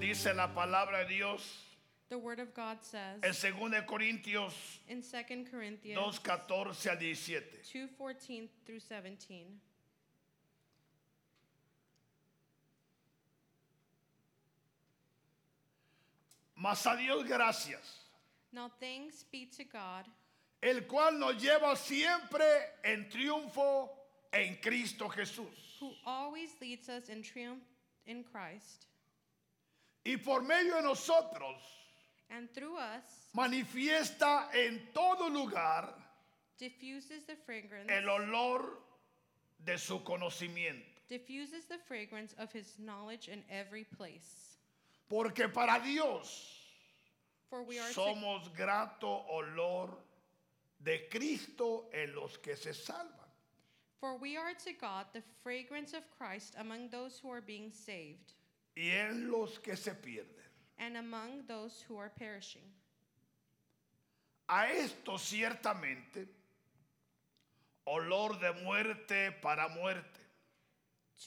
Dice la palabra de Dios The word of God says en 2 de Corintios in 2 Corinthians 2, 14 al 17. 2:14 through 17. Mas a Dios gracias, Now thanks be to God el cual nos lleva siempre en triunfo en Cristo Jesús. who always leads us in triumph in Christ Y por medio de nosotros and through us manifiesta en todo lugar diffuses the fragrance el olor de su conocimiento. diffuses the fragrance of his knowledge in every place. Porque para Dios For we are to- somos grato olor de Cristo en los que se salvan. for we are to God the fragrance of Christ among those who are being saved y en los que se pierden. and among those who are perishing. A esto ciertamente, olor de muerte para muerte,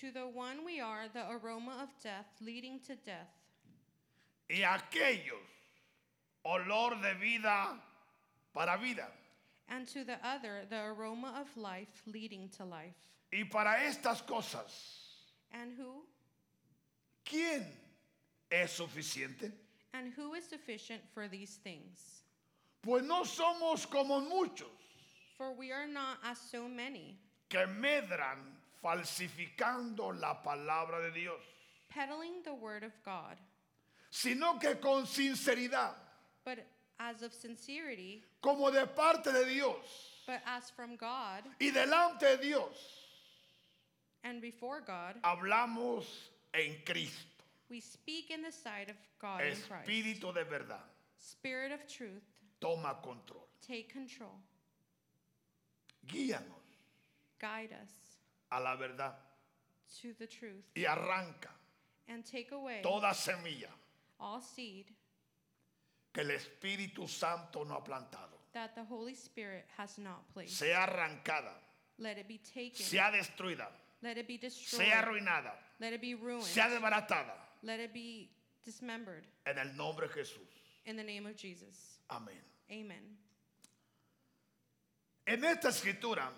To the one we are the aroma of death leading to death, y a aquellos, olor de vida para vida. and to the other the aroma of life leading to life. Y para estas cosas, And who ¿quién es suficiente? and who is sufficient for these things? Pues no somos como muchos For we are not as so many, que medran falsificando la palabra de Dios, peddling the word of God, sino que con sinceridad, but as of sincerity, como de parte de Dios, but as from God Y delante de Dios and before God, hablamos en Cristo, we speak in the sight of God Oh, in Christ. Espíritu de verdad. Spirit of truth, Toma control. take control, Guíanos guide us a la verdad to the truth, y arranca and take away toda semilla all seed que el Espíritu Santo no ha plantado. that the Holy Spirit has not placed. Sea arrancada, Let it be taken. sea destruida, Let it be destroyed. sea arruinada, Let it be ruined. sea desbaratada. Let it be dismembered En el nombre de Jesús. in the name of Jesus. Amén. Amen. En esta escritura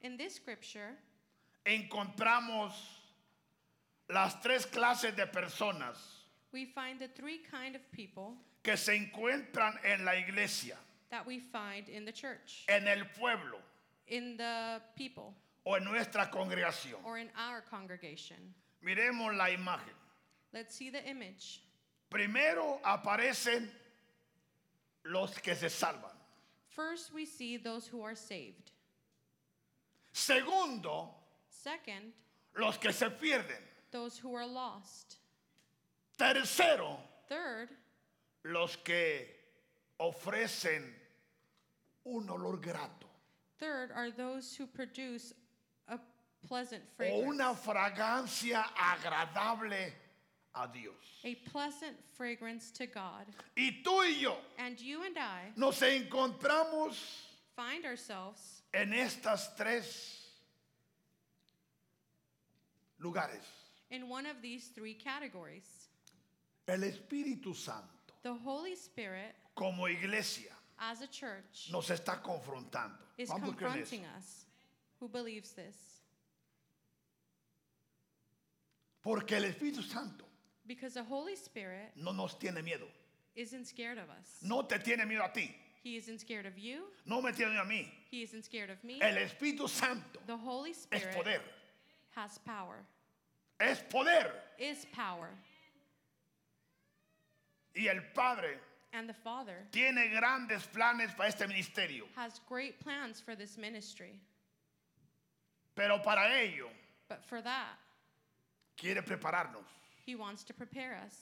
In this scripture, encontramos las tres clases de personas we find the three kind of people que se encuentran en la iglesia. that we find in the church, en el pueblo in the people, o en nuestra congregación. or in our congregation. Miremos la imagen. Let's see the image. Primero aparecen los que se salvan. First, we see those who are saved. Segundo, Second, los que se pierden. those who are lost. Tercero, Third, los que ofrecen un olor grato third are those who produce a pleasant o fragrance, una fragancia agradable a Dios. a pleasant fragrance to God. Y tú y yo And you and I nos encontramos find ourselves en estas tres lugares. in one of these three categories. El Espíritu Santo, The Holy Spirit, como iglesia, as a church, nos está confrontando. is Vamos a creer en eso. confronting us. Who believes this? Porque el Espíritu Santo Because the Holy Spirit no nos tiene miedo. isn't scared of us. No te tiene miedo a ti. He isn't scared of you. No me tiene miedo a mí. He isn't scared of me. El Espíritu Santo The Holy es Spirit poder. has power, Es poder. is power. Y el Padre And the Father tiene grandes planes para este ministerio. has great plans for this ministry. Pero para ello But for that, quiere prepararnos. He wants to prepare us.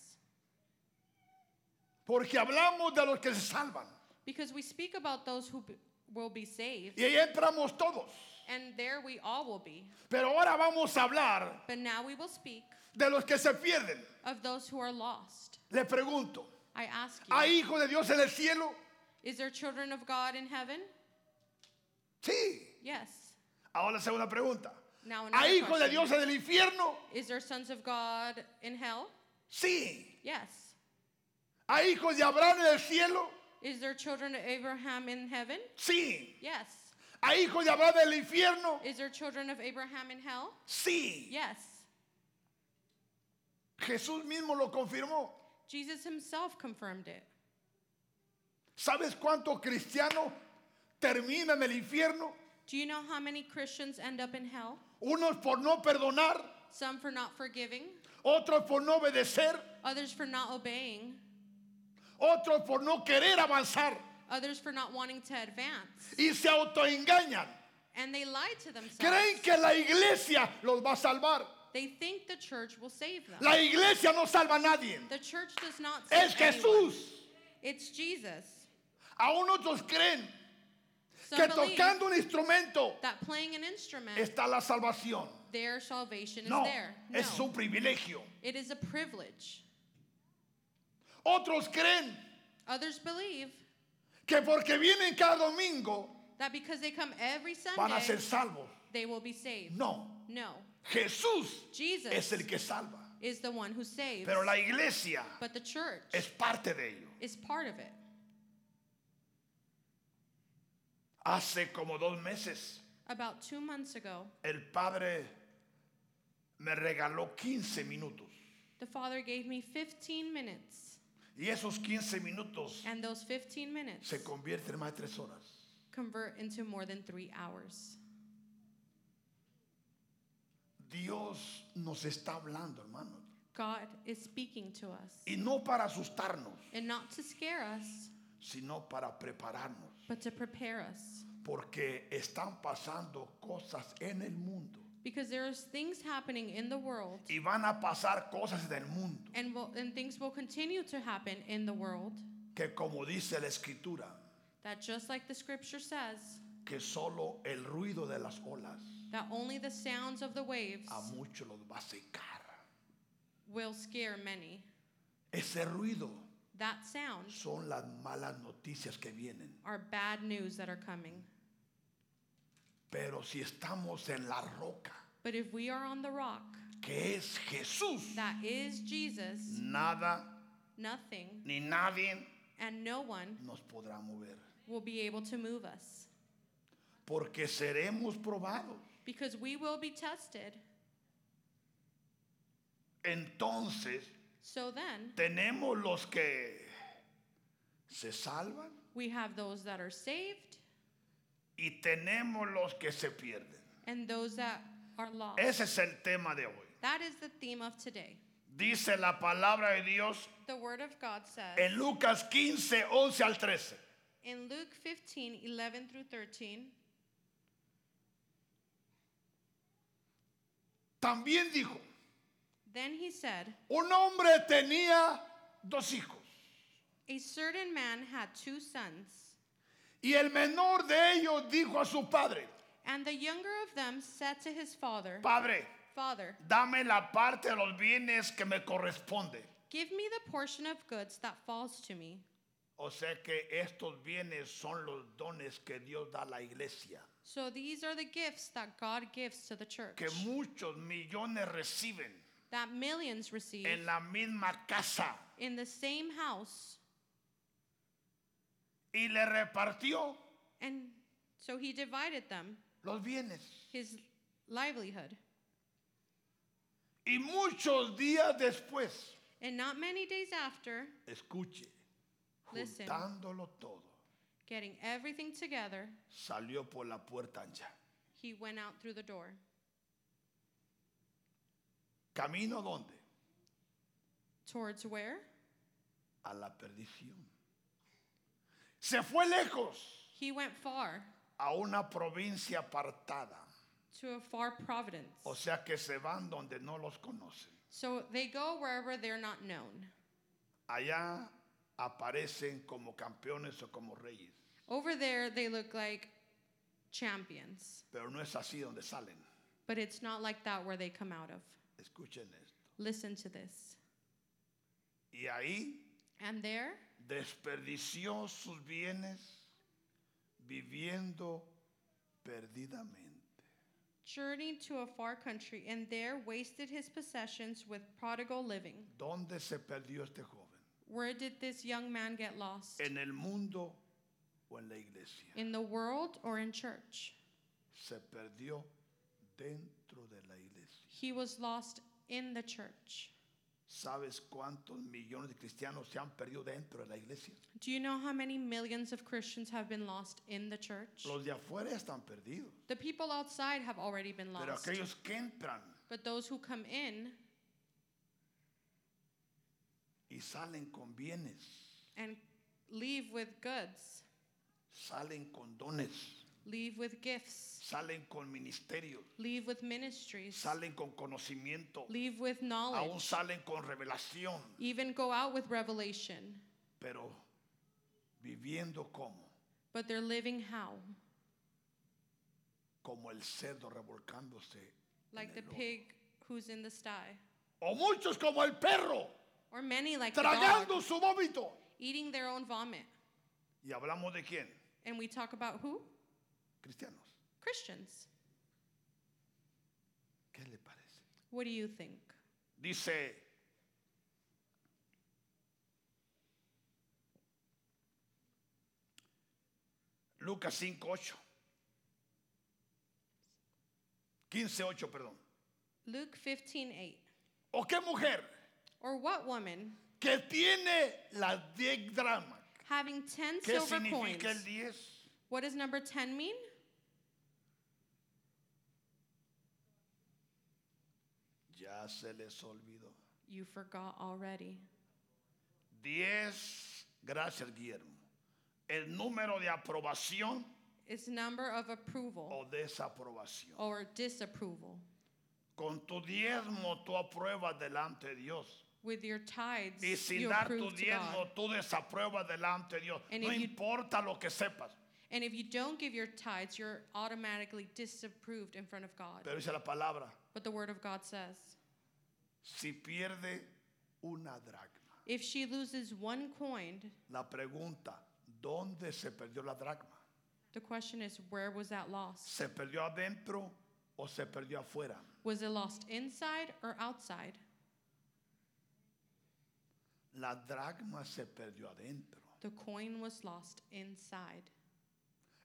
Porque hablamos de los que se salvan. Because we speak about those who be- will be saved, Y ahí entramos todos. and there we all will be. Pero ahora vamos a hablar But now we will speak de los que se pierden. of those who are lost. Le pregunto. I ask you, ¿Hay hijos de Dios en el cielo? is there children of God in heaven? Sí. Yes. Ahora la segunda pregunta. Now another ¿Hay hijos de question. Dios en el infierno? Is there sons of God in hell? Sí. Yes. ¿Hay hijos de Abraham en el cielo? Is there children of Abraham in heaven? Sí. Yes. ¿Hay hijos de Abraham en el infierno? Is there children of Abraham in hell? Sí. Yes. Jesús mismo lo confirmó. Jesus himself confirmed it. ¿Sabes cuántos cristianos terminan en el infierno? Do you know how many Christians end up in hell? Unos por no perdonar, Some for not forgiving, otros por no obedecer, others for not obeying, otros por no querer avanzar others for not wanting to advance. y se autoengañan. And they lie to themselves. Creen que la iglesia los va a salvar. They think the church will save them. La iglesia no salva a nadie. The church does not save Es anyone. Jesús. It's Jesus. Aún otros creen que Some believe tocando un instrumento that playing an instrument, está la salvación. their salvation is No, there. No, es un privilegio. it is a privilege. Otros creen Others believe que porque vienen cada domingo that because they come every van a ser Sunday, salvos. they will be saved. No, No, Jesús Jesus es el que salva. is the one who saves, Pero la iglesia but the church es parte de ello. is part of it. Hace como dos meses About two months ago, el padre me regaló 15 minutos. the Father gave me 15 minutes, Y esos 15 minutos and those 15 minutes se convierten en más de tres horas. convert into more than three hours. Dios nos está hablando, hermano. God is speaking to us, Y no para asustarnos, and not to scare us, sino para prepararnos. but to prepare us. Porque están pasando cosas en el mundo. Because there's things happening in the world, Y van a pasar cosas en el mundo. and, will, and things will continue to happen in the world Que como dice la escritura, that, just like the scripture says, que solo el ruido de las olas that only the sounds of the waves a muchos los va a secar. will scare many. Ese ruido That sound son las malas noticias que vienen. are bad news that are coming. Pero si estamos en la roca, But if we are on the rock, que es Jesús, that is Jesus, nada nothing ni nadie and no one nos podrá mover. will be able to move us Porque seremos probados. because we will be tested. Entonces So then, tenemos los que se salvan we have those that are saved y tenemos los que se pierden. and those that are lost. Ese es el tema de hoy. That is the theme of today. Dice la palabra de Dios The Word of God says en Lucas 15, 11 al 13. in Luke 15 11 through 13, También dijo, then he said, un hombre tenía dos hijos A certain man had two sons, y el menor de ellos dijo a su padre, and the younger of them said to his father, padre, Father, dame la parte de los bienes que me corresponde. give me the portion of goods that falls to me. O sea que estos bienes son los dones que Dios da a la iglesia, So these are the gifts that God gives to the church que muchos millones reciben that millions receive en la misma casa. in the same house. Y le repartió And so he divided them, los bienes. his livelihood. Y muchos días después, And not many days after, escuche, Listen. juntándolo todo, getting everything together, salió por la puerta ancha. he went out through the door. ¿Camino dónde? Towards where? A la perdición. Se fue lejos He went far, a una provincia apartada. to a far providence. O sea que se van donde no los conocen. So they go wherever they're not known. Allá aparecen como campeones o como reyes, Over there, they look like champions, pero no es así donde salen. but it's not like that where they come out of. Escuchen esto. Listen to this. Y ahí And there, desperdició sus bienes viviendo perdidamente. journeyed to a far country, and there wasted his possessions with prodigal living. ¿Dónde se perdió este joven? Where did this young man get lost? en el mundo o en la iglesia. In the world or in church? Se perdió dentro de la iglesia. He was lost in the church. ¿Sabes cuántos millones de cristianos se han perdido dentro de la iglesia? Do you know how many millions of Christians have been lost in the church? Los de afuera están perdidos, The people outside have already been pero lost. aquellos que entran But those who come in y salen con bienes, and leave with goods, salen con dones, leave with gifts, salen con ministerios, leave with ministries, salen con conocimiento, leave with aún knowledge, salen con revelación, even go out with revelation. pero viviendo como But they're living how? como el cerdo revolcándose. en Like the el lodo. pig who's in the sty. O muchos como el perro, Or many like the dog, tragando su vómito. eating their own vomit. Y hablamos de quién? And we talk about who? Cristianos. Christians. ¿Qué le parece? What do you think? Dice, Lucas 5, 8. 15, 8, perdón. Luke 15:8. ¿O qué mujer Or what woman que tiene las 10 dramas? having 10 ¿Qué silver coins? significa el 10? What does number 10 mean? Ya se les olvidó. You forgot already. 10, gracias Guillermo. El número de aprobación It's number of approval o desaprobación. or disapproval. Con tu diezmo tú apruebas delante de Dios. With your tithes, Y sin you dar tu approve to God. diezmo, tú desapruebas delante de Dios. And no if you- importa lo que sepas. And if you don't give your tithes, you're automatically disapproved in front of God. Pero dice la palabra, But the word of God says, si pierde una dracma. if she loses one coin, La pregunta, ¿dónde se perdió la dracma? the question is, where was that lost? ¿Se perdió adentro o se perdió afuera? Was it lost inside or outside? La dracma se perdió adentro. The coin was lost inside.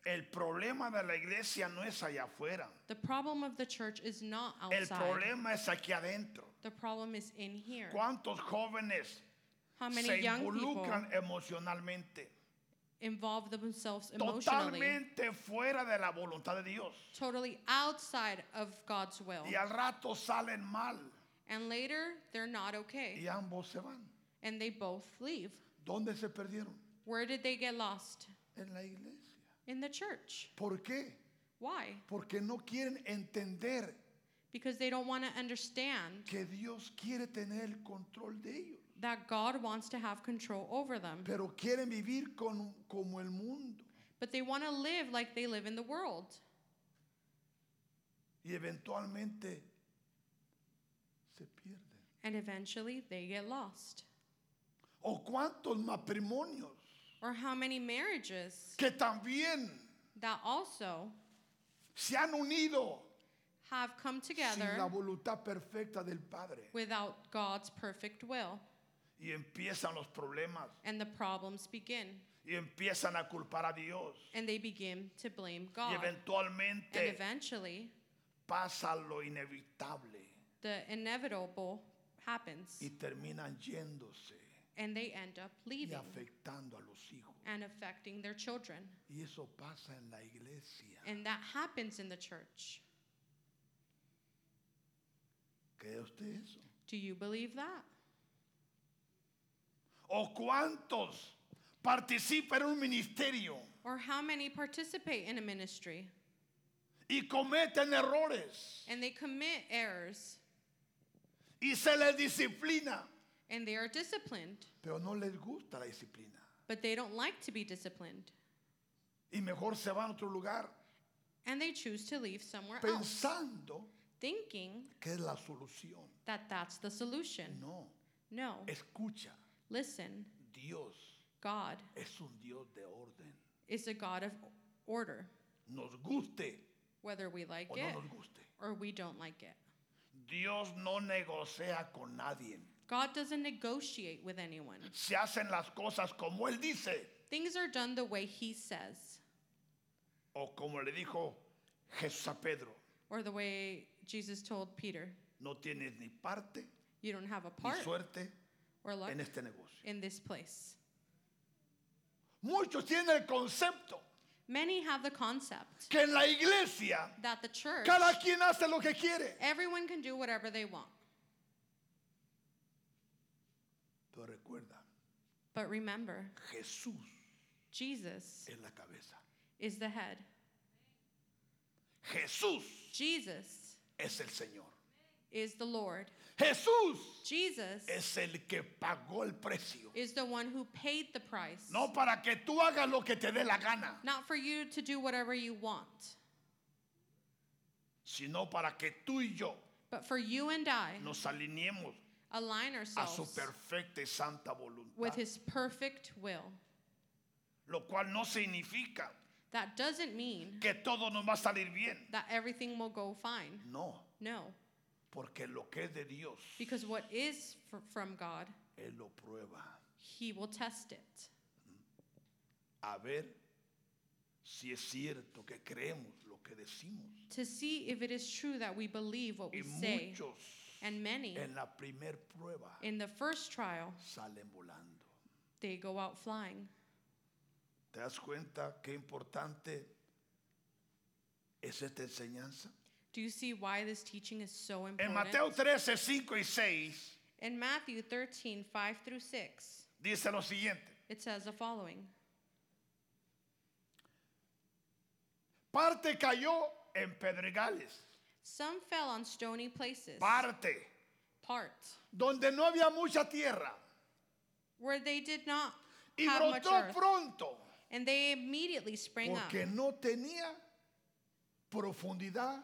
El problema de la iglesia no es allá afuera. The problem of the church is not El outside. problema es aquí adentro. The problem is in here. ¿Cuántos jóvenes How se many young people involucran emocionalmente? involve themselves emotionally, Totalmente fuera de la voluntad de Dios. totally outside of God's will. Y al rato salen mal And later, they're not okay. y ambos se van. And they both leave. ¿Dónde se perdieron? Where did they get lost? En la iglesia. In the church. ¿Por qué? Why? Porque no quieren entender Because they don't want to understand que Dios quiere tener el control de ellos. that God wants to have control over them. Pero quieren vivir con- como el mundo. But they want to live like they live in the world. Y eventualmente se pierden. And eventually, they get lost. ¿O cuántos matrimonios Or how many marriages que también that also se han unido have come sin la together voluntad perfecta del Padre? without God's perfect will. Y empiezan los problemas And the problems begin. y empiezan a culpar a Dios. and they begin to blame Y God. And eventualmente eventually, pasa lo inevitable the inevitable happens, y terminan yéndose and they end up y leaving afectando a los hijos. and affecting their children. Y eso pasa en la iglesia. And that happens in the church. ¿Cree usted eso? Do you believe that? ¿O cuántos participan en un ministerio Or how many participate in a ministry y cometen errores and they commit errors y se les disciplina, and they are disciplined, pero no les gusta la disciplina? but they don't like to be disciplined Y mejor se van a otro lugar and they choose to leave somewhere else, pensando thinking que es la solución. that that's the solution? No, No. escucha, Listen, Dios God es un Dios de orden. is a God of order. Nos guste whether we like o Oh, no it nos guste. or we don't like it. Dios no negocia con nadie. God doesn't negotiate with anyone. Se hacen las cosas como Él dice Things are done the way He says, o como le dijo Jesús a Pedro. or the way Jesus told Peter, No tienes ni parte You don't have a ni part suerte or luck en este negocio. in this place. Muchos tienen el concepto Many have the concept que en la iglesia that the church, cada quien hace lo que quiere. everyone can do whatever they want. Pero recuerda, But remember, Jesús Jesus es la cabeza. is the head, Jesús Jesus es el Señor. is the Lord, Jesús Jesus es el que pagó el precio. is the one who paid the price. No para que tú hagas lo que te dé la gana, Not for you to do whatever you want, sino para que tú y yo but for you and I nos alineemos align a su ourselves perfecta y santa voluntad. with his perfect will. Lo cual no significa That doesn't mean que todo nos va a salir bien. that everything will go fine. No, No, porque lo que es de Dios, because what is fr- from God, Él lo prueba. he will test it A ver si es cierto que creemos lo que decimos. to see if it is true that we believe what we Y say. muchos And many en la primer prueba in the first trial, salen volando. they go out flying. ¿Te das cuenta qué importante es esta enseñanza? Do you see why this teaching is so En important? Mateo 13, 5 y 6 In Matthew 13, 5 through 6, dice lo siguiente. it says the following Parte cayó en pedregales, Some fell on stony places, parte part, donde no había mucha tierra where they did not y have much brotó earth, pronto and they immediately sprang up porque no tenía profundidad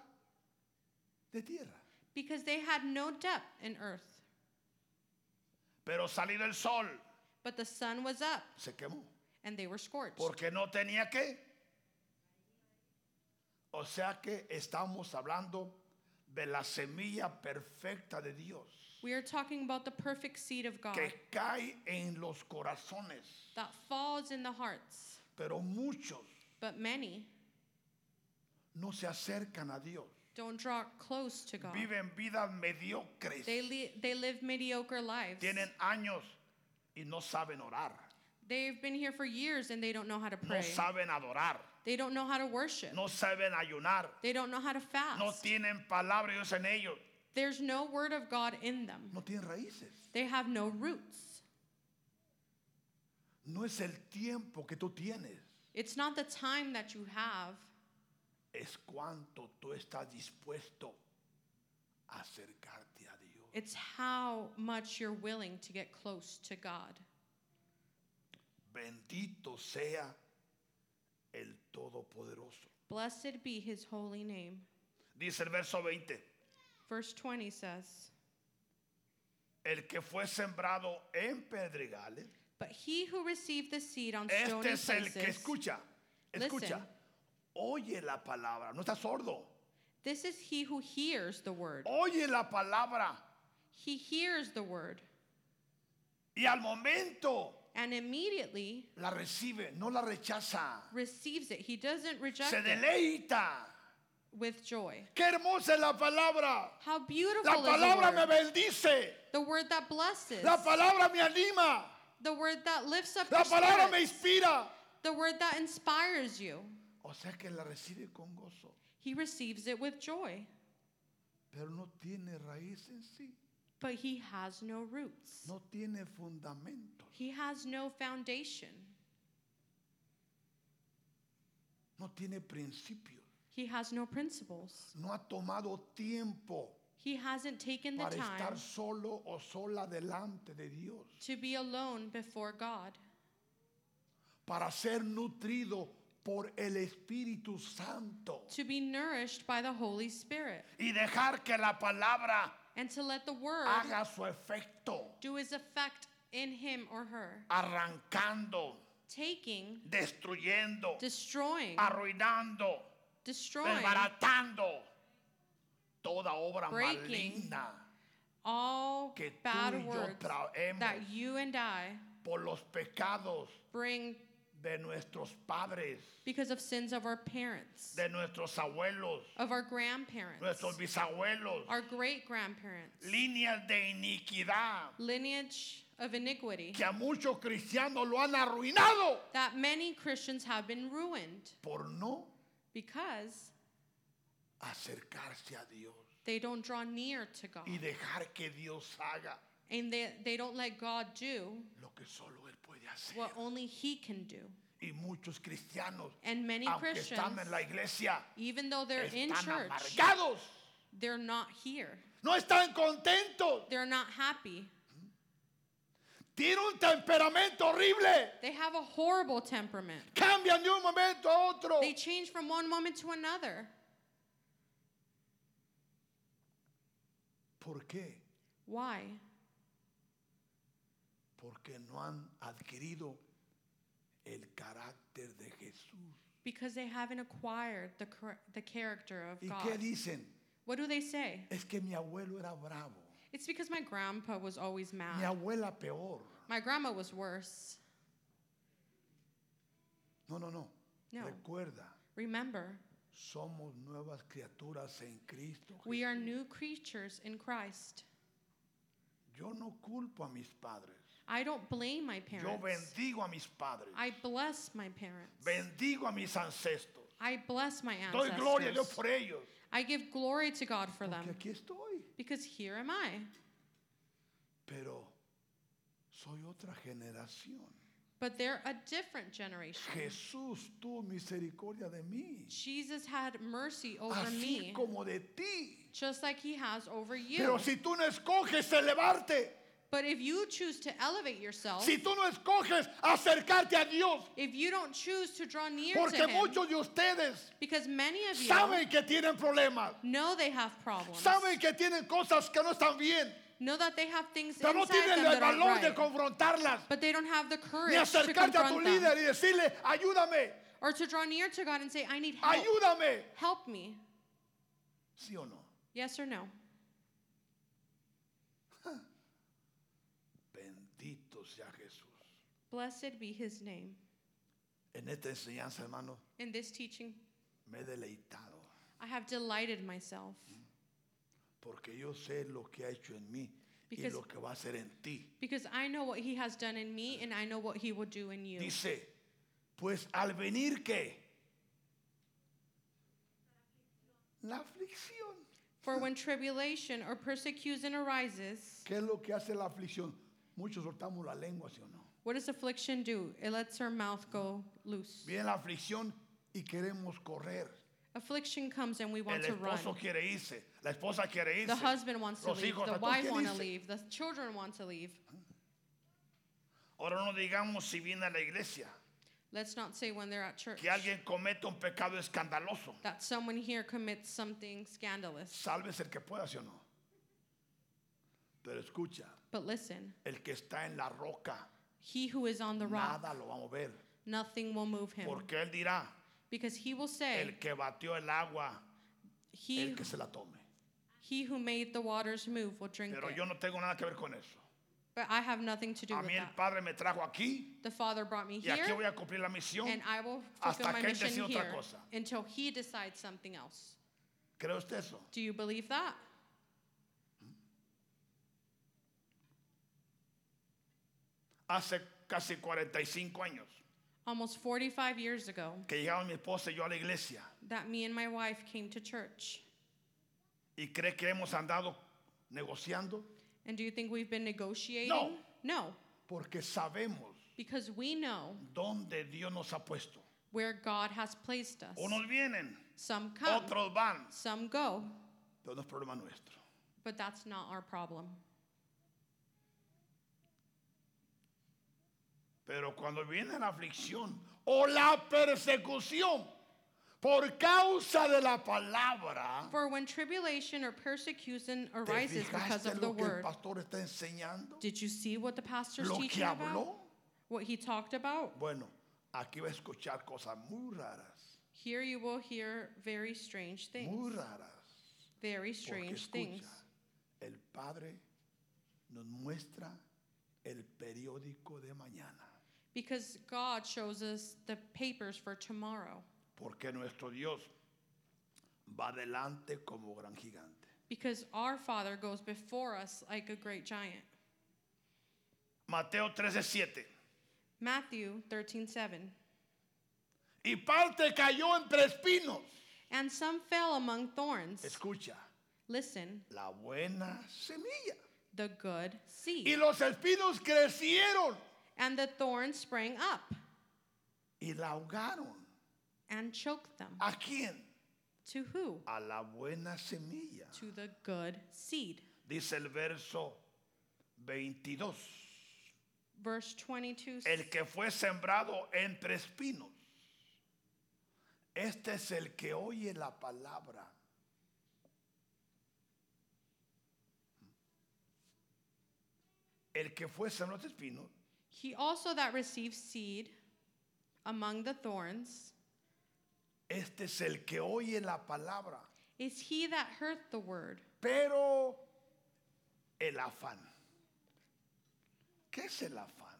de tierra. because they had no depth in earth. Pero salido el sol But the sun was up, se quemó and they were scorched. porque no tenía qué. O sea que estamos hablando de la semilla perfecta de Dios We are talking about the perfect seed of God que cae en los corazones, that falls in the hearts, pero muchos but many no se acercan a Dios. don't draw close to God. Viven vidas mediocres. They, li- they live mediocre lives. Tienen años y no saben orar, They've been here for years and they don't know how to no pray. saben adorar, They don't know how to worship. no saben ayunar, They don't know how to no fast. tienen palabra de Dios en ellos, There's no word of God in them. no tienen raíces. They have no roots. No es el tiempo que tú tienes, It's not the time that you have, es cuánto tú estás dispuesto a acercarte a Dios. it's how much you're willing to get close to God. Bendito sea el Todopoderoso. Blessed be his holy name. Dice el verso 20, Verse 20 says, el que fue sembrado en pedregales, But he who received the seed on stony Este es el que places, escucha. Escucha. Listen. Oye la palabra. No está sordo. this is he who hears the word. Oye la palabra. He hears the word, Y al momento and immediately la recibe. No la rechaza. receives it. He doesn't reject Se it deleita. with joy. Qué hermosa es la palabra. How beautiful La is palabra the me word. bendice. the word that blesses. La palabra me anima. the word that lifts up La your palabra spirits. me inspira. the word that inspires you. O sea que la recibe con gozo. He receives it with joy, Pero no tiene raíz en sí. but he has no roots. No tiene fundamentos. He has no foundation. No tiene principios. He has no principles. No ha tomado tiempo He hasn't taken the para time estar solo o sola delante de Dios, to be alone before God, para ser nutrido por el Espíritu Santo to be nourished by the Holy Spirit, y dejar que la palabra and to let the word haga su efecto, do its effect in him or her, arrancando, taking, destruyendo, destroying, arruinando, destroying, desbaratando toda obra Breaking. maligna all que tú bad y yo words traemos that you and I por los pecados bring de nuestros padres, because of sins of our parents, de nuestros abuelos, of our grandparents, nuestros bisabuelos, our great grandparents, líneas de iniquidad lineage of iniquity que a muchos cristianos lo han arruinado that many Christians have been ruined por no because acercarse a Dios they don't draw near to God y dejar que Dios haga and they, they don't let God do lo que solo Él puede what hacer. only He can do. Y muchos cristianos, And many aunque Christians, están en la iglesia, even though they're in están church, amargados, they're not here. no están contentos, They're not happy. tienen un temperamento horrible. They have a horrible temperament. cambian de un momento a otro. They change from one moment to another. ¿Por qué? Why? Porque no han adquirido el carácter de Jesús. Because they haven't acquired the, cor- the character of ¿Y qué God. dicen? What do they say? Es que mi abuelo era bravo. It's because my grandpa was always Mi mad. abuela peor. My grandma was worse. No, no, no. No. Recuerda, Remember, somos nuevas criaturas en Cristo. we are new creatures in Christ. Yo no culpo a mis padres. I don't blame my Yo parents. bendigo a mis padres. I bless my parents. Bendigo a mis ancestros. I bless my Doy gloria a Dios ancestors. por ellos. I give glory to God for Porque them aquí estoy. because here am I. Pero soy otra generación. But they're a different generation. Jesús tuvo misericordia de mí, Jesus had mercy over así me, como de ti. just like he has over you. Pero si tú no escoges elevarte, But if you choose to elevate yourself, si tú no escoges acercarte a Dios, if you don't choose to draw near to porque him, muchos de ustedes because many of you saben que tienen problemas, know they have problems, saben que tienen cosas que no están bien, know that they have things pero inside no them tienen el that valor de aren't right, confrontarlas, but they don't have the ni courage to acercarte a tu confront them líder y decirle, ayúdame, or to draw near to God and say, I need help. ayúdame. Help me. ¿Sí o no? Yes or no? Bendito sea Jesús. Blessed be his name. En esta enseñanza, hermano, In this teaching, me he deleitado. I have delighted myself porque yo sé lo que ha hecho en mí y Because- lo que va a hacer en ti. because I know what he has done in me and I know what he will do in you. Dice, pues al venir qué? La aflicción. For when tribulation or persecution arises, ¿Qué es lo que hace la aflicción? Muchos soltamos la lengua, ¿sí o no? what does affliction do? It lets her mouth go loose. Viene la aflicción y queremos correr. Affliction comes and we want El to run. esposo quiere irse, la esposa quiere irse. The husband wants to Los leave, hijos, the ¿tú wife quién want to dices? leave, the children want to leave. Ahora no digamos si viene a la iglesia Let's not say when they're at church que alguien comete un pecado escandaloso. that someone here commits something scandalous. Sálvese el que pueda, ¿sí o no? Pero escucha, But listen, El que está en la roca, he who is on the rock, nada lo va a mover. nothing will move him. Porque él dirá, Because he will say, el que batió el agua, he, el que se la tome. he who made the waters move will drink Pero it. yo no tengo nada que ver con eso. But I have nothing to do A with mí el that. Padre me trajo aquí The Father brought me y aquí here, voy a cumplir la misión. and I will hasta fulfill my que él mission decida otra here cosa. until he decides something else. ¿Cree usted eso? Do you believe that? Hace casi 45 años Almost 45 years ago, que llegaron mi esposa y yo a la iglesia that me and my wife came to church. y cree que hemos andado negociando And do you think we've been negotiating? No. No, porque sabemos because we know dónde Dios nos ha puesto. where God has placed us. Unos vienen, Some come, otros van, some go, pero no es problema nuestro. but that's not our problem. Pero cuando viene la aflicción o la persecución por causa de la palabra, For when tribulation or persecution ¿te arises because fijaste of the lo que el word, pastor está enseñando? did you see what the pastor's ¿Lo que teaching about? habló? What he talked about? Bueno, aquí va a escuchar cosas muy raras, Here you will hear very strange things. muy raras. Very Porque strange things. escucha, el Padre nos muestra el periódico de mañana. because God shows us the papers for tomorrow. Porque nuestro Dios va adelante como gran gigante. Because our Father goes before us like a great giant. Mateo 13:7. Matthew 13:7. Y parte cayó entre espinos. And some fell among thorns. Escucha, Listen, la buena semilla. the good Y seed. los espinos crecieron And the thorns sprang up y la ahogaron. and choked them. ¿A quién? To who? A la buena semilla. To the good seed. Dice el verso 22. Verse 22. El que fue sembrado entre espinos. Este es el que oye la palabra. El que fue sembrado entre espinos He also that receives seed among the thorns Este es el que oye la palabra, is he that heard the word. pero el afán. ¿Qué es el afán?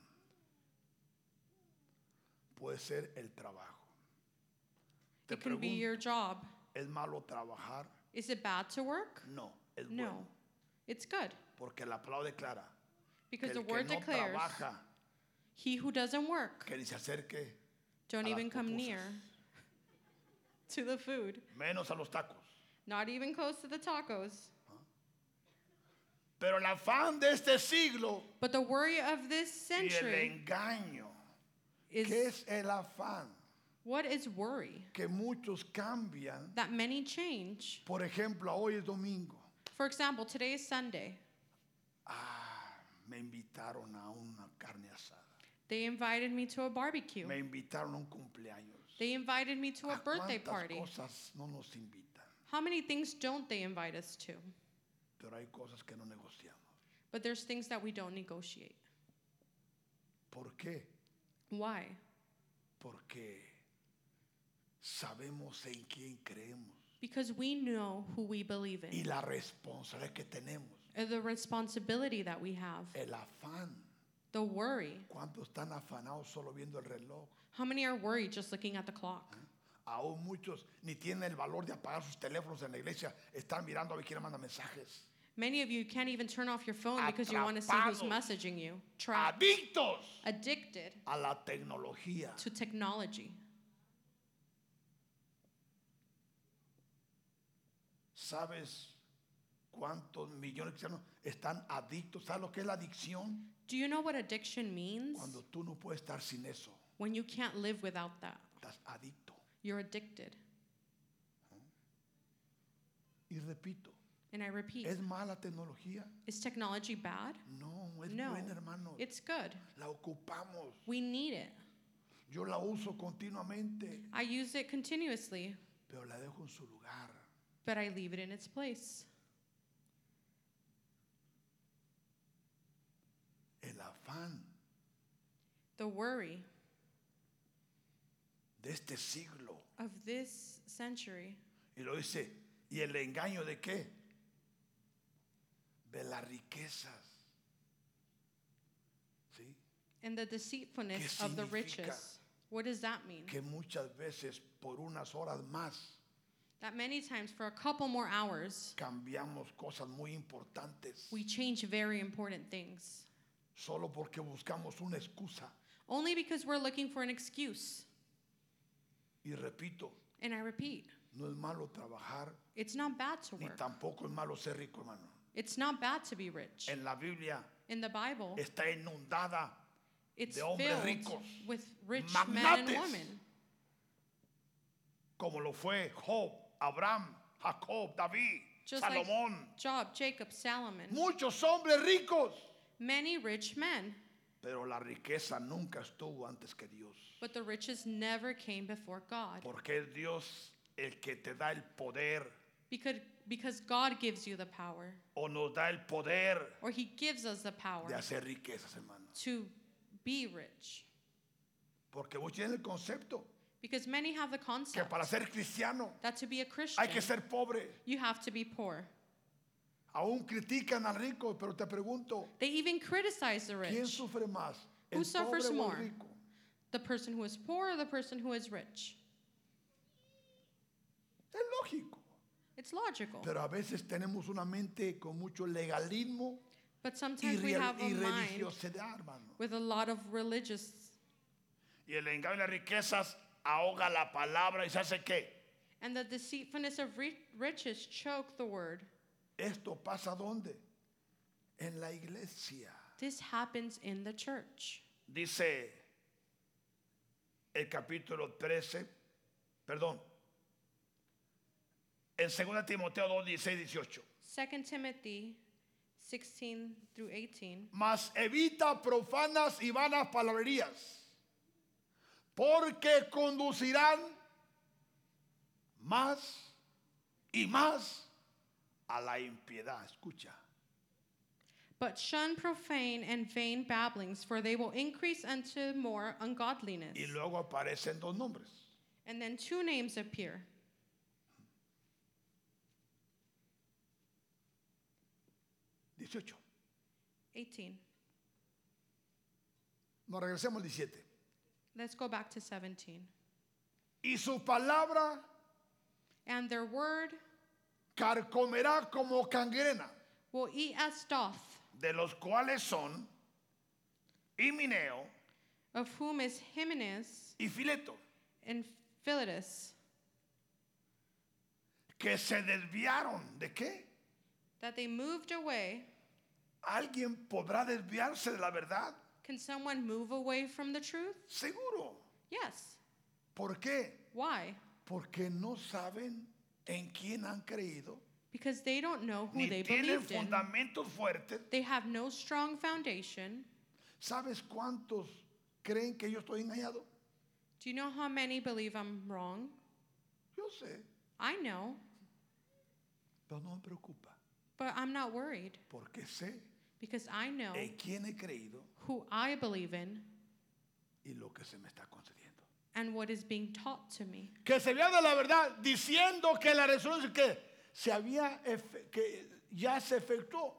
Puede ser el trabajo. Te It could be pregunto, your job. ¿es malo trabajar? Is it bad to work? No, es No. bueno, It's good. porque la palabra declara que Because the el que word no declares trabaja, he who doesn't work, que ni se acerque, don't a las even come pupusas. near to the food, menos a los tacos. not even close to the tacos. Pero el afán de este siglo But the worry of this y el century engaño, ¿qué is es el afán? what is worry? Que muchos cambian That many change. Por ejemplo, hoy es domingo. For example, today is Sunday. Ah, me invitaron a una carne asada. They invited me to a barbecue. Me invitaron a un cumpleaños. They invited me to a ¿A birthday cuántas party. cosas no nos invitan, How many things don't they invite us to? pero hay cosas que no negociamos. But there's things that we don't negotiate. ¿Por qué? Why? Porque sabemos en quién creemos Because we know who we believe y in, la responsabilidad que tenemos, and the responsibility that we have, el afán. the worry. ¿Cuántos están afanados solo viendo el reloj? How many are worried just looking at the clock? Aún muchos ni tienen el valor de apagar sus teléfonos en la iglesia, están mirando a ver quién le manda mensajes. Many of you can't even turn off your phone because you want to see who's Atrapados. messaging you. Trapped, Adictos. addicted a la tecnología. to technology. ¿Sabes cuántos millones de cristianos están adictos? ¿Sabes lo que es la adicción? Do you know what addiction means? Cuando tú no puedes estar sin eso, When you can't live without that, estás adicto. you're addicted. Y repito, And I repeat, ¿es mala tecnología? is technology bad? No, es No, buena, hermano. It's good. La ocupamos. We need it. Yo la uso continuamente, I use it continuously, pero la dejo en su lugar. but I leave it in its place. El afán The worry de este siglo. of this century Y lo dice, ¿y el engaño de qué? De las riquezas. ¿Sí? and the deceitfulness ¿Qué of the significa? riches. What does that mean? que muchas veces por unas horas más That many times, for a couple more hours, cambiamos cosas muy importantes we change very important things solo porque buscamos una excusa. only because we're looking for an excuse. Y repito, And I repeat, no es malo trabajar it's not bad to ni work, tampoco es malo ser rico, hermano. it's not bad to be rich. En la Biblia In the Bible, está inundada it's de hombres filled ricos, with rich men and magnates. women, como lo fue Job, Abraham, Jacob, David, just Salomón. like Job, Jacob, Solomon. Muchos hombres ricos, many rich men, pero la riqueza nunca estuvo antes que Dios. but the riches never came before God Porque es Dios el que te da el poder because, because God gives you the power, o nos da el poder or He gives us the power de hacer riquezas, hermano. to be rich. Porque muchos tienen el concepto Because many have the que concept para ser cristiano that to be a hay que Christian, ser pobre. you have to be poor. Aún critican al rico, pero te pregunto, They even criticize the ¿quién rich. sufre más? Who ¿El suffers pobre o el more? rico? The person who is poor or the person who is rich? Es lógico. It's logical. Pero a veces tenemos una mente con mucho legalismo But y, sometimes we real- have a y mind religiosidad, hermano. with a lot of religious, Y el engaño de las riquezas ahoga la palabra y se hace qué? and the deceitfulness of ri- riches choke the word. Esto pasa dónde? En la iglesia. This happens in the church. Dice el capítulo 13, perdón, en 2 Timoteo 2, 16, 18. 2 Timothy 16 through 18. Mas evita profanas y vanas palabrerías, porque conducirán más y más a la impiedad. Escucha. But shun profane and vain babblings, for they will increase unto more ungodliness. Y luego aparecen dos nombres. And then two names appear Dieciocho. 18. Nos regresemos al 17. Let's go back to 17. Y su palabra And their word carcomerá como cangrena, will eat as doth, de los cuales son Himeneo of whom is Hymenaeus y Fileto, and Philetus, que se desviaron. ¿De qué? that they moved away. ¿Alguien podrá desviarse de la verdad? Can someone move away from the truth? Seguro. Yes. ¿Por qué? Why? Porque no saben en quién han creído, Because they don't know who ni they tienen believed in. fundamentos fuertes. They have no strong foundation. ¿Sabes cuántos creen que yo estoy engañado? Do you know how many believe I'm wrong? Yo sé, I know, pero no me preocupa, but I'm not worried porque sé because I know en quién he creído who I believe in y lo que se me está concediendo. and what is being taught to me. Que se vea de la verdad diciendo que la resolución que se había efe- que ya se efectuó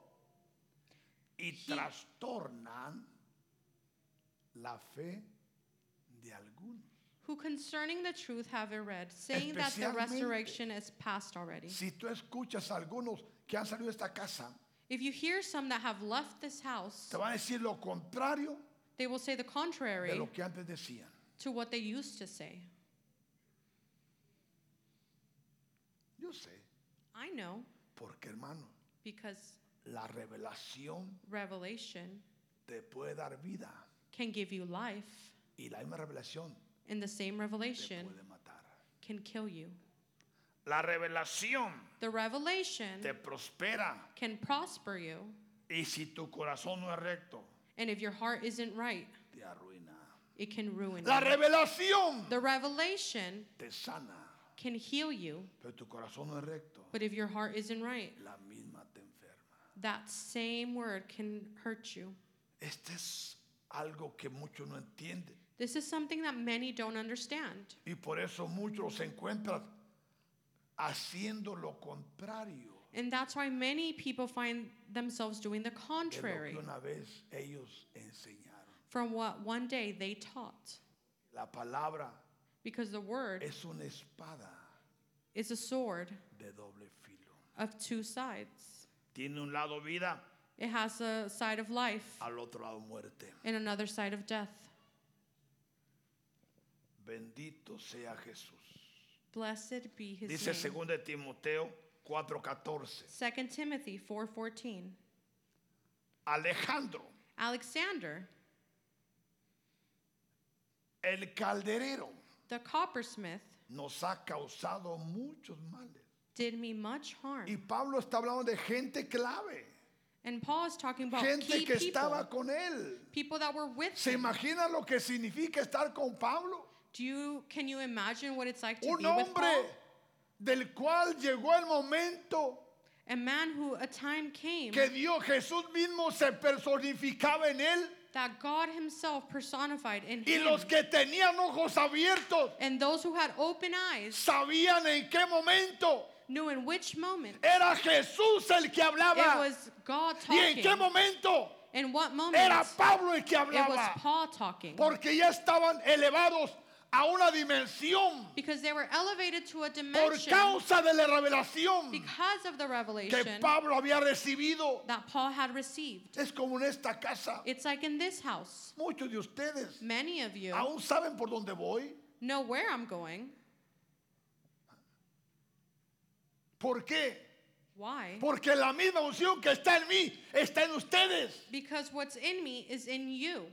y trastornan la fe de algunos. Who concerning the truth have it read, saying that the Especialmente- resurrection is past already. Si tú escuchas a algunos que han salido de esta casa, If you hear some that have left this house, te van a decir lo contrario they will say the de contrary lo que antes decían. to what they used to say. Yo sé, I know porque hermano, because la revelación revelation te puede dar vida can give you life, y la misma revelación and the same te revelation puede matar. can kill you. La revelación The revelation te prospera can prosper you, y si tu corazón no es recto, and if your heart isn't right, te arruina. it can ruin La you. revelación The revelation te sana, can heal you, pero tu corazón no es recto, but if your heart isn't right, la misma te enferma. that same word can hurt you. Este es algo que muchos no entienden. This is something that many don't understand. Y por eso muchos se encuentran haciendo lo contrario And that's why many people find themselves doing the de lo contrary que una vez ellos enseñaron. from what one day they taught. La palabra Because the word es una espada is a sword de doble filo. of two sides. Tiene un lado vida, It has a side of life al otro lado muerte. and another side of death. Bendito sea Jesús. Blessed be his Dice name. 2 de Timoteo 4:14. 2 Timothy 4:14. Alejandro, Alexander, el calderero, the coppersmith, nos ha causado muchos males. did me Y much harm. Pablo está hablando de gente clave, And Paul is talking about gente key que people, estaba con él. people that were with ¿Se him. imagina lo que significa estar con Pablo? Do you can you imagine what it's like to Un be with Paul? hombre del cual llegó el momento A man who a time came que Dios Jesús mismo se personificaba en él that God Himself personified in Y Him. los que tenían ojos abiertos And those who had open eyes sabían en qué momento knew in which moment era Jesús el que it hablaba was God y en talking. qué momento In what moment era Pablo el que it was hablaba. Paul talking. Porque ya estaban elevados a una dimensión Because they were elevated to por a dimension causa de la revelación because of the que revelation Pablo había recibido. that Paul had received. Es como en esta casa. It's like in this house. Muchos de ustedes Many of you aún saben por dónde voy. know where I'm going. ¿Por qué? Why? Porque la misma unción que está en mí está en ustedes. Because what's in me is in you.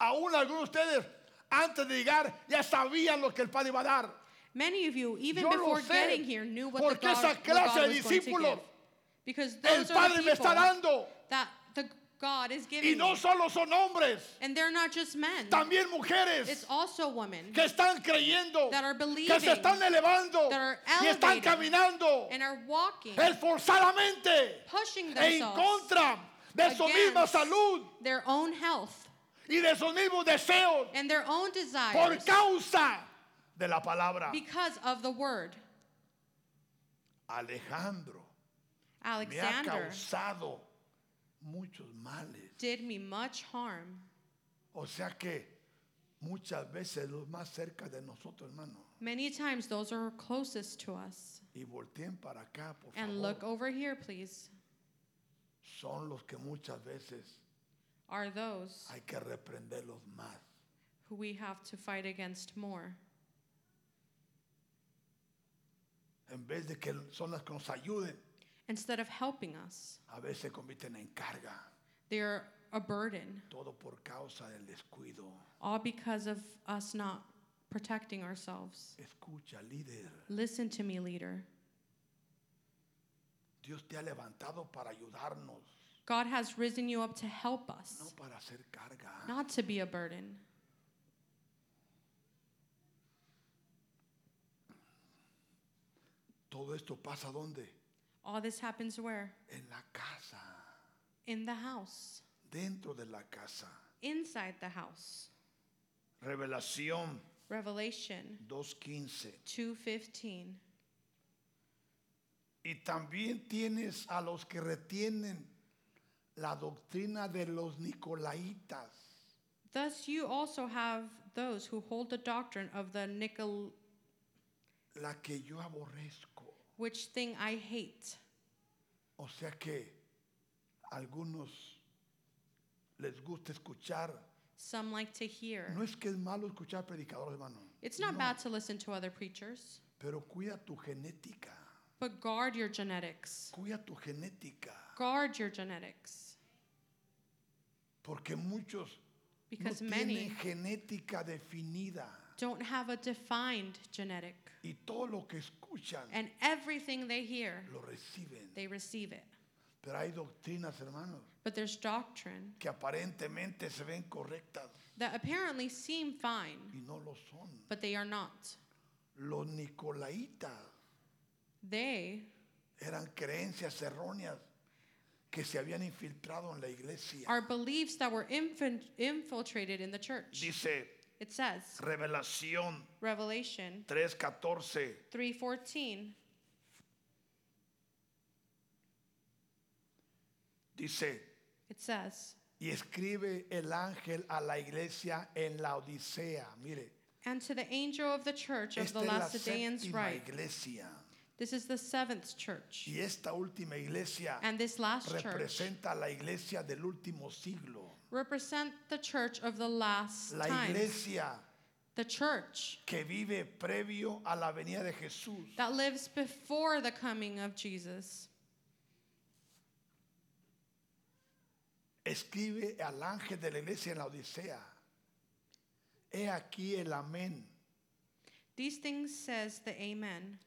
Aún algunos de ustedes, antes de llegar, ya sabían lo que el Padre iba a dar. Many of you, even Yo lo before sé, getting here, knew what the porque God, esa what clase God de was going to discípulos give. Because El those are the Padre me está people dando. that the God is giving Y no me. solo son hombres, And they're not just men. también It's mujeres also women que están creyendo, that are que se believing están elevando that are y están elevating caminando and are walking, esforzadamente pushing en themselves, contra de su misma against salud their own health y de sus mismos deseos and their own por desires causa de la palabra. because of the word. Alejandro me ha Alexander causado muchos males. did me much harm. O sea que muchas veces los más cerca de nosotros, hermano, Many times those are closest to us. y volteen para acá, por And favor, look over here, please. son los que muchas veces Are those hay que reprenderlos más. who we have to fight against more. En vez de que son las que nos ayuden, Instead of helping us, a veces se convierten en carga, they're a burden, todo por causa del descuido. all because of us not protecting ourselves. Escucha, líder, Listen to me, leader. Dios te ha levantado para ayudarnos, God has risen you up to help no us, para hacer carga. not to be a burden. Todo esto pasa ¿dónde? All this happens where? En la casa. In the house, dentro de la casa. inside the house. Revelación Revelation 2.15. 2:15. Y también tienes a los que retienen la doctrina de los Nicolaitas. Thus you also have those who hold the doctrine of the Nicol La que yo aborrezco. which thing I hate. O sea que a algunos les gusta escuchar. Some like to hear. No es que es malo escuchar predicadores, hermano. It's not No, bad to listen to other preachers, Pero cuida tu genética. but guard your genetics. Cuida tu genética. Guard your genetics Porque muchos because no many tienen genética definida. don't have a defined genetic, Y todo lo que escuchan and everything they hear, lo reciben. they receive it. Pero hay doctrinas, hermanos, But there's doctrine que aparentemente se ven correctas that apparently seem fine, y no lo son. but they are not. Los nicolaitas They eran creencias erróneas que se habían infiltrado en la iglesia. are beliefs that were infin- infiltrated in the church. Dice It says, Revelación Revelation 3:14, 3:14. dice, It says, y escribe el ángel a la iglesia en la Odisea. Mire, And to the angel of the church of esta the es la Laodiceans séptima write, iglesia. This is the seventh church. Y esta última iglesia And this last church representa a la iglesia del último siglo, represent the church of the last la time. iglesia The church que vive previo a la venida de Jesús. that lives before the coming of Jesus. Escribe al ángel de la iglesia en la Odisea. He aquí el amén, These things says the Amen,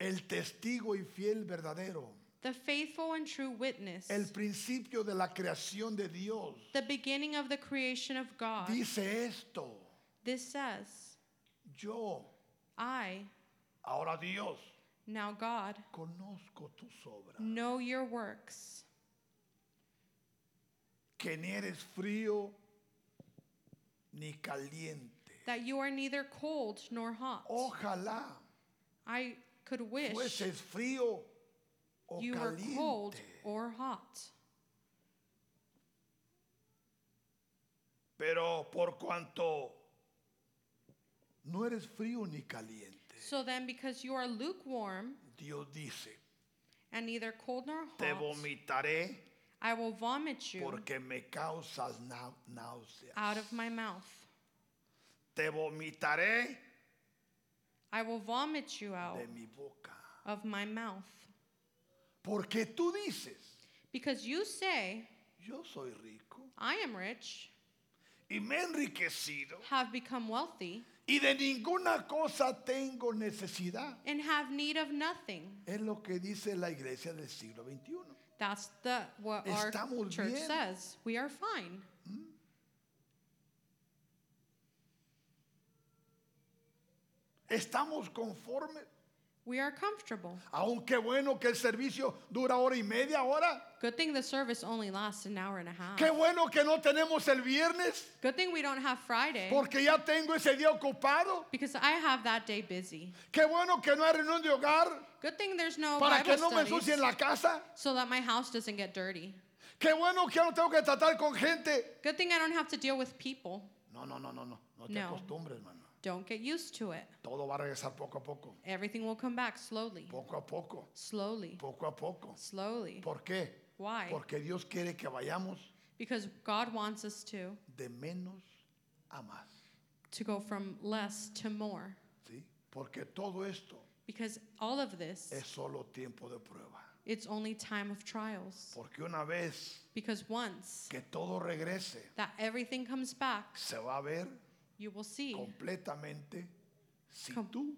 el testigo y fiel verdadero, the faithful and true witness, el principio de la creación de Dios. the beginning of the creation of God. Dice esto, This says, yo, I, ahora Dios, now God, conozco tus obras. know your works. que ni eres frío ni caliente. that you are neither cold nor hot. Ojalá I could wish fueses frío o you were cold caliente. or hot. Pero por cuanto no eres frío ni caliente, So then, because you are lukewarm Dios dice, and neither cold nor te hot, vomitaré I will vomit you porque me causas nau- náuseas. out of my mouth. Te vomitaré I will vomit you out de mi boca. of my mouth. Porque tú dices, Because you say, yo soy rico I am rich, y me he enriquecido have become wealthy, y de ninguna cosa tengo necesidad. and have need of nothing. Es lo que dice la iglesia del siglo XXI. That's the what our Estamos church bien. says. We are fine. Estamos conformes. We are comfortable. Aunque bueno que el servicio dura hora y media, hora. Good thing the service only lasts an hour and a half. Qué bueno que no tenemos el viernes Good thing we don't have Friday porque ya tengo ese día ocupado. because I have that day busy. Qué bueno que no hay reunión de hogar Good thing there's no para que Bible no me studies ensucien la casa. so that my house doesn't get dirty. Qué bueno que ya no tengo que tratar con gente. Good thing I don't have to deal with people. No, no, no, no, no. No te No. acostumbres, hermano. Don't get used to it. Todo va a regresar poco a poco, Everything will come back slowly, poco a poco, slowly, poco a poco. slowly. ¿Por qué? Why? Porque Dios quiere que vayamos Because God wants us to de menos a más. to go from less to more. ¿sí? Porque todo esto Because all of this es solo tiempo de prueba. it's only time of trials. Porque una vez Because once que todo regrese, that everything comes back, se va a ver you will see. completamente si Com- tú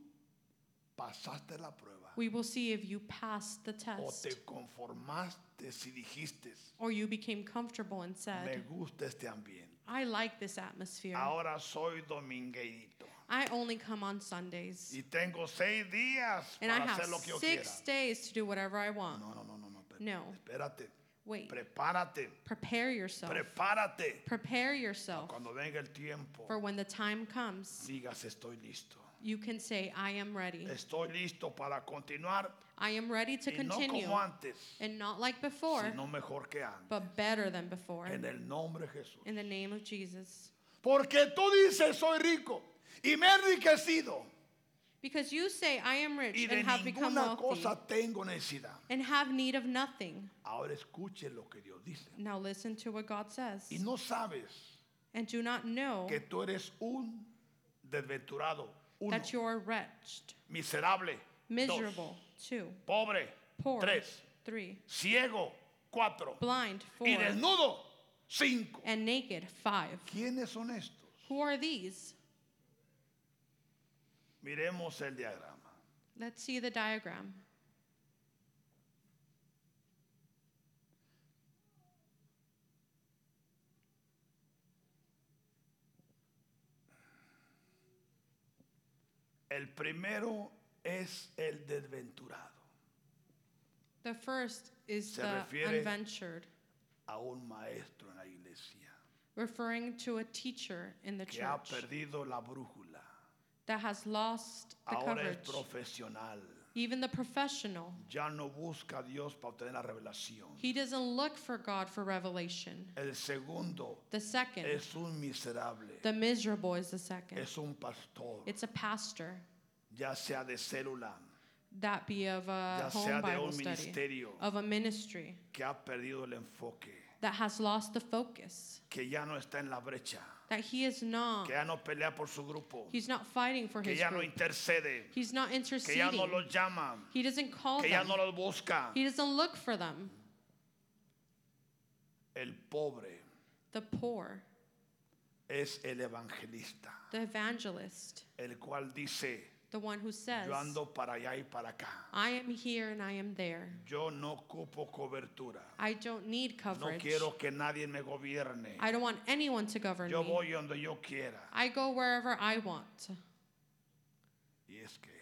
pasaste la prueba We will see if you passed the o test te conformaste si dijiste, or you became comfortable and me said, gusta este ambiente. I like this atmosphere. Ahora soy domingueirito I only come on Sundays. y tengo seis días And I para hacer have lo que yo quiera. six days to do whatever I want. No, no, no, no, no. espérate, No. Espérate, Wait, prepárate, prepare yourself. prepárate. Prepare yourself Cuando venga el tiempo, for when the time comes, digas estoy listo. you can say, I am ready. Estoy listo para continuar I am ready to y no continue. como antes. And not like before, sino mejor que antes. but better than before. En el nombre de Jesús. In the name of Jesus. Porque tú dices, soy rico y me he enriquecido Because you say, I am rich y de and have become ninguna wealthy cosa tengo necesidad. and have need of nothing. Ahora escuche lo que Dios dice. Now listen to what God says. Y no sabes And do not know que tú eres un desventurado, uno, that you are wretched, miserable, miserable, two, dos, pobre, poor, tres, three, ciego, cuatro, blind, four, y desnudo, cinco. and naked, five. ¿Quiénes son estos? Who are these? Miremos el diagrama. Let's see the diagram. El primero es el desventurado. The first is Se the refiere- unventured, a un maestro en la iglesia referring to a teacher in the que ha church perdido la brújula. that has lost the Ahora es coverage. profesional. Even the professional, Ya no busca a Dios para obtener la revelación. he doesn't look for God for revelation. El segundo The second, es un miserable. the miserable is the second. Es un pastor, It's a pastor, ya sea de célula, that be of a ya sea home de Bible un study, Oh. ministerio, of a ministry que ha perdido el enfoque, that has lost the focus, que ya no está en la brecha, that he is not, que ya no pelea por su grupo, Oh. he's not fighting for que his ya no group. intercede, He's not que ya no interceding. los llama, He doesn't call que ya them. no los busca. He doesn't look for them. El pobre The poor, es el evangelista. the evangelist, el cual dice, the one who says, yo ando para allá y para acá. I am here and I am there. Yo no ocupo cobertura. I don't need No coverage. quiero que nadie me gobierne. I don't want anyone to govern Yo me. voy donde yo quiera. I go wherever I want. Y es que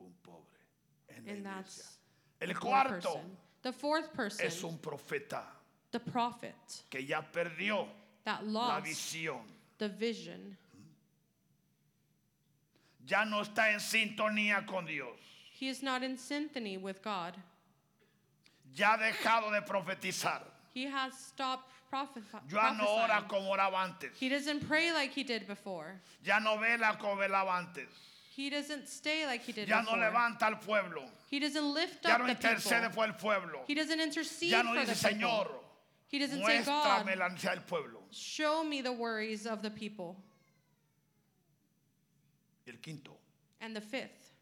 un pobre en la And iglesia. that's El one cuarto person. The fourth person, es un profeta. the prophet que ya perdió that la lost visión. the vision. Ya no está en sintonía con Dios. He is not in syntony with God. Ya ha dejado de profetizar. He has stopped prophet- Ya no ora prophesying. como oraba antes. He doesn't pray like he did before. Ya no vela como velaba antes. He doesn't stay like he did Ya no before. levanta al pueblo. He doesn't lift Ya up no the intercede people. por el pueblo. He doesn't intercede Ya no for dice, the people. Señor, he doesn't say, God, muéstrame la ansiedad del pueblo. show me the worries of the people. Y el quinto And the fifth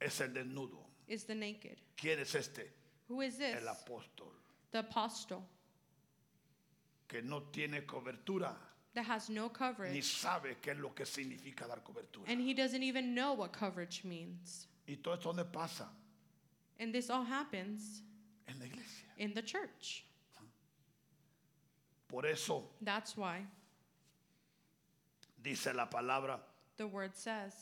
es el desnudo. is the naked. ¿Quién es este? Who is this? El apóstol, The apostle que no tiene cobertura that has no ni coverage, sabe qué es lo que significa dar cobertura. and he doesn't even know what coverage means. ¿Y todo esto dónde pasa? And this all happens En la iglesia. in the church. Por eso That's why dice la palabra the word says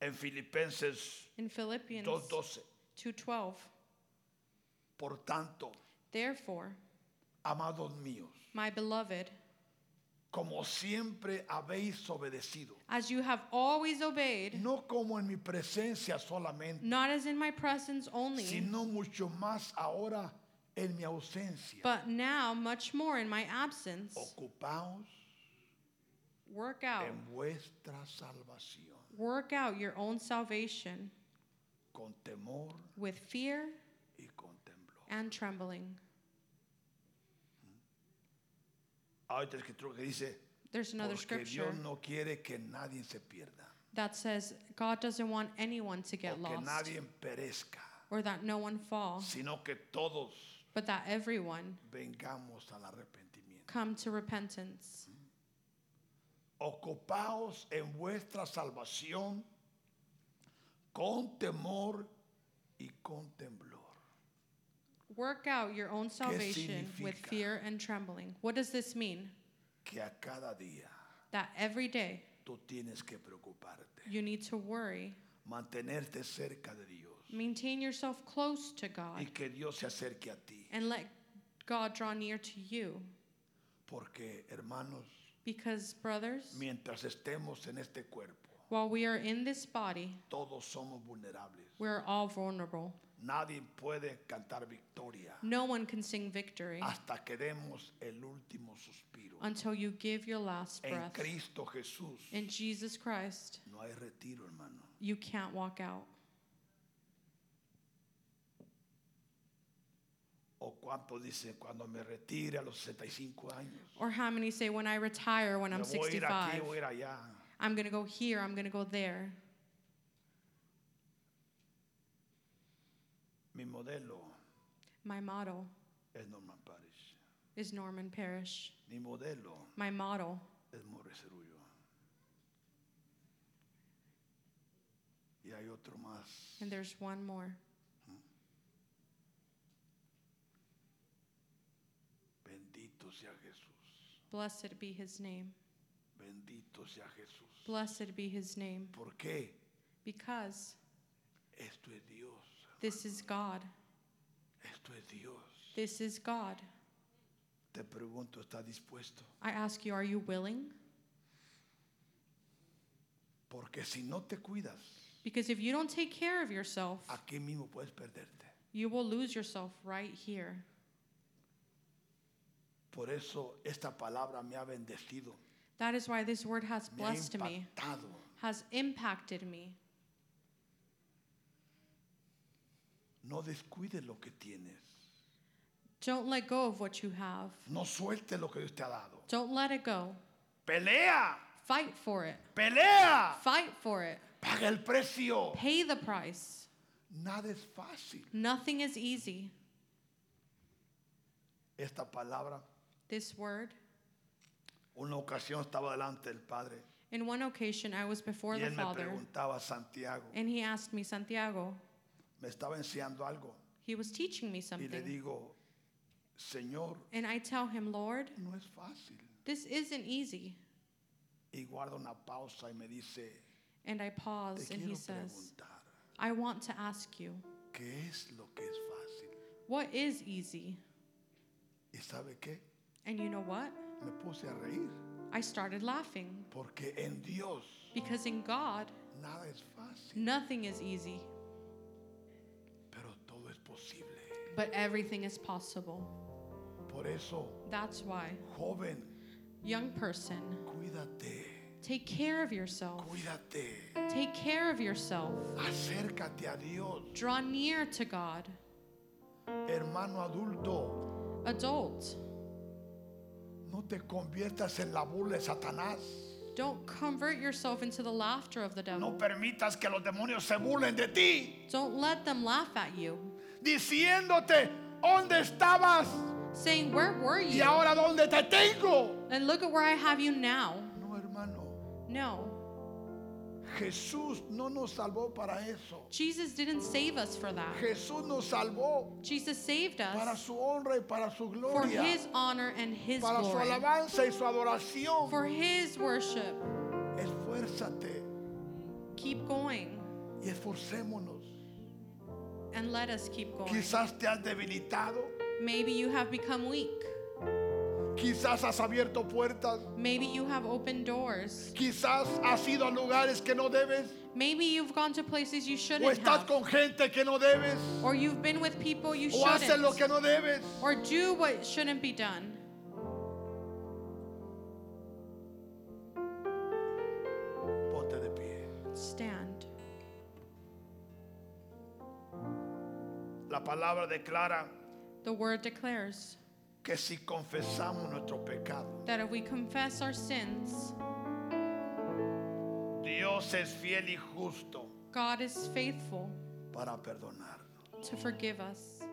en Filipenses in Philippians 2.12. 2:12, Por tanto, therefore, amados míos, my beloved, como siempre habéis obedecido, as you have always obeyed, no como en mi presencia solamente, not as in my presence only, sino mucho más ahora en mi ausencia. but now much more in my absence, Ocupaos work out, en vuestra salvación work out your own salvation con temor with fear y con temblor. and trembling. Ah, Hay otra escritura que dice, There's another porque scripture Dios no quiere que nadie se pierda, that says God doesn't want anyone to o get que lost Oh. nadie perezca, or that no one fall, sino que todos but that everyone vengamos al arrepentimiento. come to repentance. Ocupaos en vuestra salvación con temor y con temblor. Work out your own salvation with significa? fear and trembling. What does this mean? Que a cada día That every day tú tienes que preocuparte, you need to worry, mantenerte cerca de Dios maintain yourself close to y God, que Dios se acerque a ti. and let God draw near to you. Porque, hermanos, Because, brothers, mientras estemos en este cuerpo, while we are in this body, todos somos vulnerables. we are all vulnerable. Nadie puede cantar victoria No one can sing victory hasta que demos el último suspiro. until you give your last En breath. Cristo Jesús In Jesus Christ, no hay retiro, hermano. you can't walk out. O cuánto dice cuando me retire a los 65 años. Or how many say, when I retire, when Me I'm voy a ir aquí, 65, voy a ir allá. I'm going to go here, I'm going to go there. Mi modelo My motto es Norman Parish. is Norman Parrish. Mi modelo My motto es Morris Rullo. Y hay otro más. And there's one more. Bendito sea Jesús. Blessed be his name. Bendito sea Jesús. Blessed be his name. ¿Por qué? Because Esto es Dios. this is God. Esto es Dios. This is God. Te pregunto, ¿estás dispuesto? I ask you, are you willing? Porque si no te cuidas, Because if you don't take care of yourself, aquí mismo puedes perderte. you will lose yourself right here. Por eso esta palabra me ha bendecido, That is why this word has me ha blessed me, impactado. has impacted me. No descuides lo que tienes. Don't let go of what you have. No sueltes lo que Dios te ha dado. Don't let it go. Pelea, Fight for it. pelea, Fight for it. paga el precio. Pay the price. Nada es fácil. Nothing is easy. Esta palabra, This word. una ocasión estaba delante del Padre In one occasion, I was before y the él me Father. preguntaba, Santiago, And he asked me, Santiago, me estaba enseñando algo he was teaching me y le something. digo, Señor, And I tell him, Lord, no es fácil. this isn't easy. Y guarda una pausa y me dice, And I te pause and he quiero says, preguntar, I want to ask you, ¿qué es lo que es fácil? what is easy? ¿Y sabe qué? And you know what? Me puse a reír I started laughing porque en Dios because in God, nada es fácil, nothing is easy, pero todo es posible. but everything is possible. Por eso, That's why, joven, young person, cuídate, take care of yourself. cuídate, Take care of yourself. acércate a Dios, Draw near to God. hermano adulto, Adult, no te conviertas en la burla de Satanás. don't convert yourself into the laughter of the No devil. permitas que los demonios se burlen de ti, Don't let them laugh at you, diciéndote dónde estabas saying, Where were y you? ahora dónde te tengo. And look at where I have you now. No, hermano, No, Jesús no nos salvó para eso. Jesus didn't save us for that. Jesús nos salvó Jesus saved para us su honra y para su for gloria, his honor and his para su glory, alabanza y su adoración. for his worship. Esfuérzate Keep going y esforcémonos. and let us keep going. Quizás te has debilitado, Maybe you have become weak. quizás has abierto puertas, Maybe you have opened doors. quizás has ido a lugares que no debes Maybe you've gone to places o you shouldn't estás have. con gente que no debes Or you've been with people you o haces lo shouldn't. que no debes. Or do what shouldn't be done. Ponte de pie. Stand. La palabra declara The word declares que si confesamos nuestro pecado, that if we confess our sins, Dios es fiel y justo God is faithful para perdonarnos to forgive us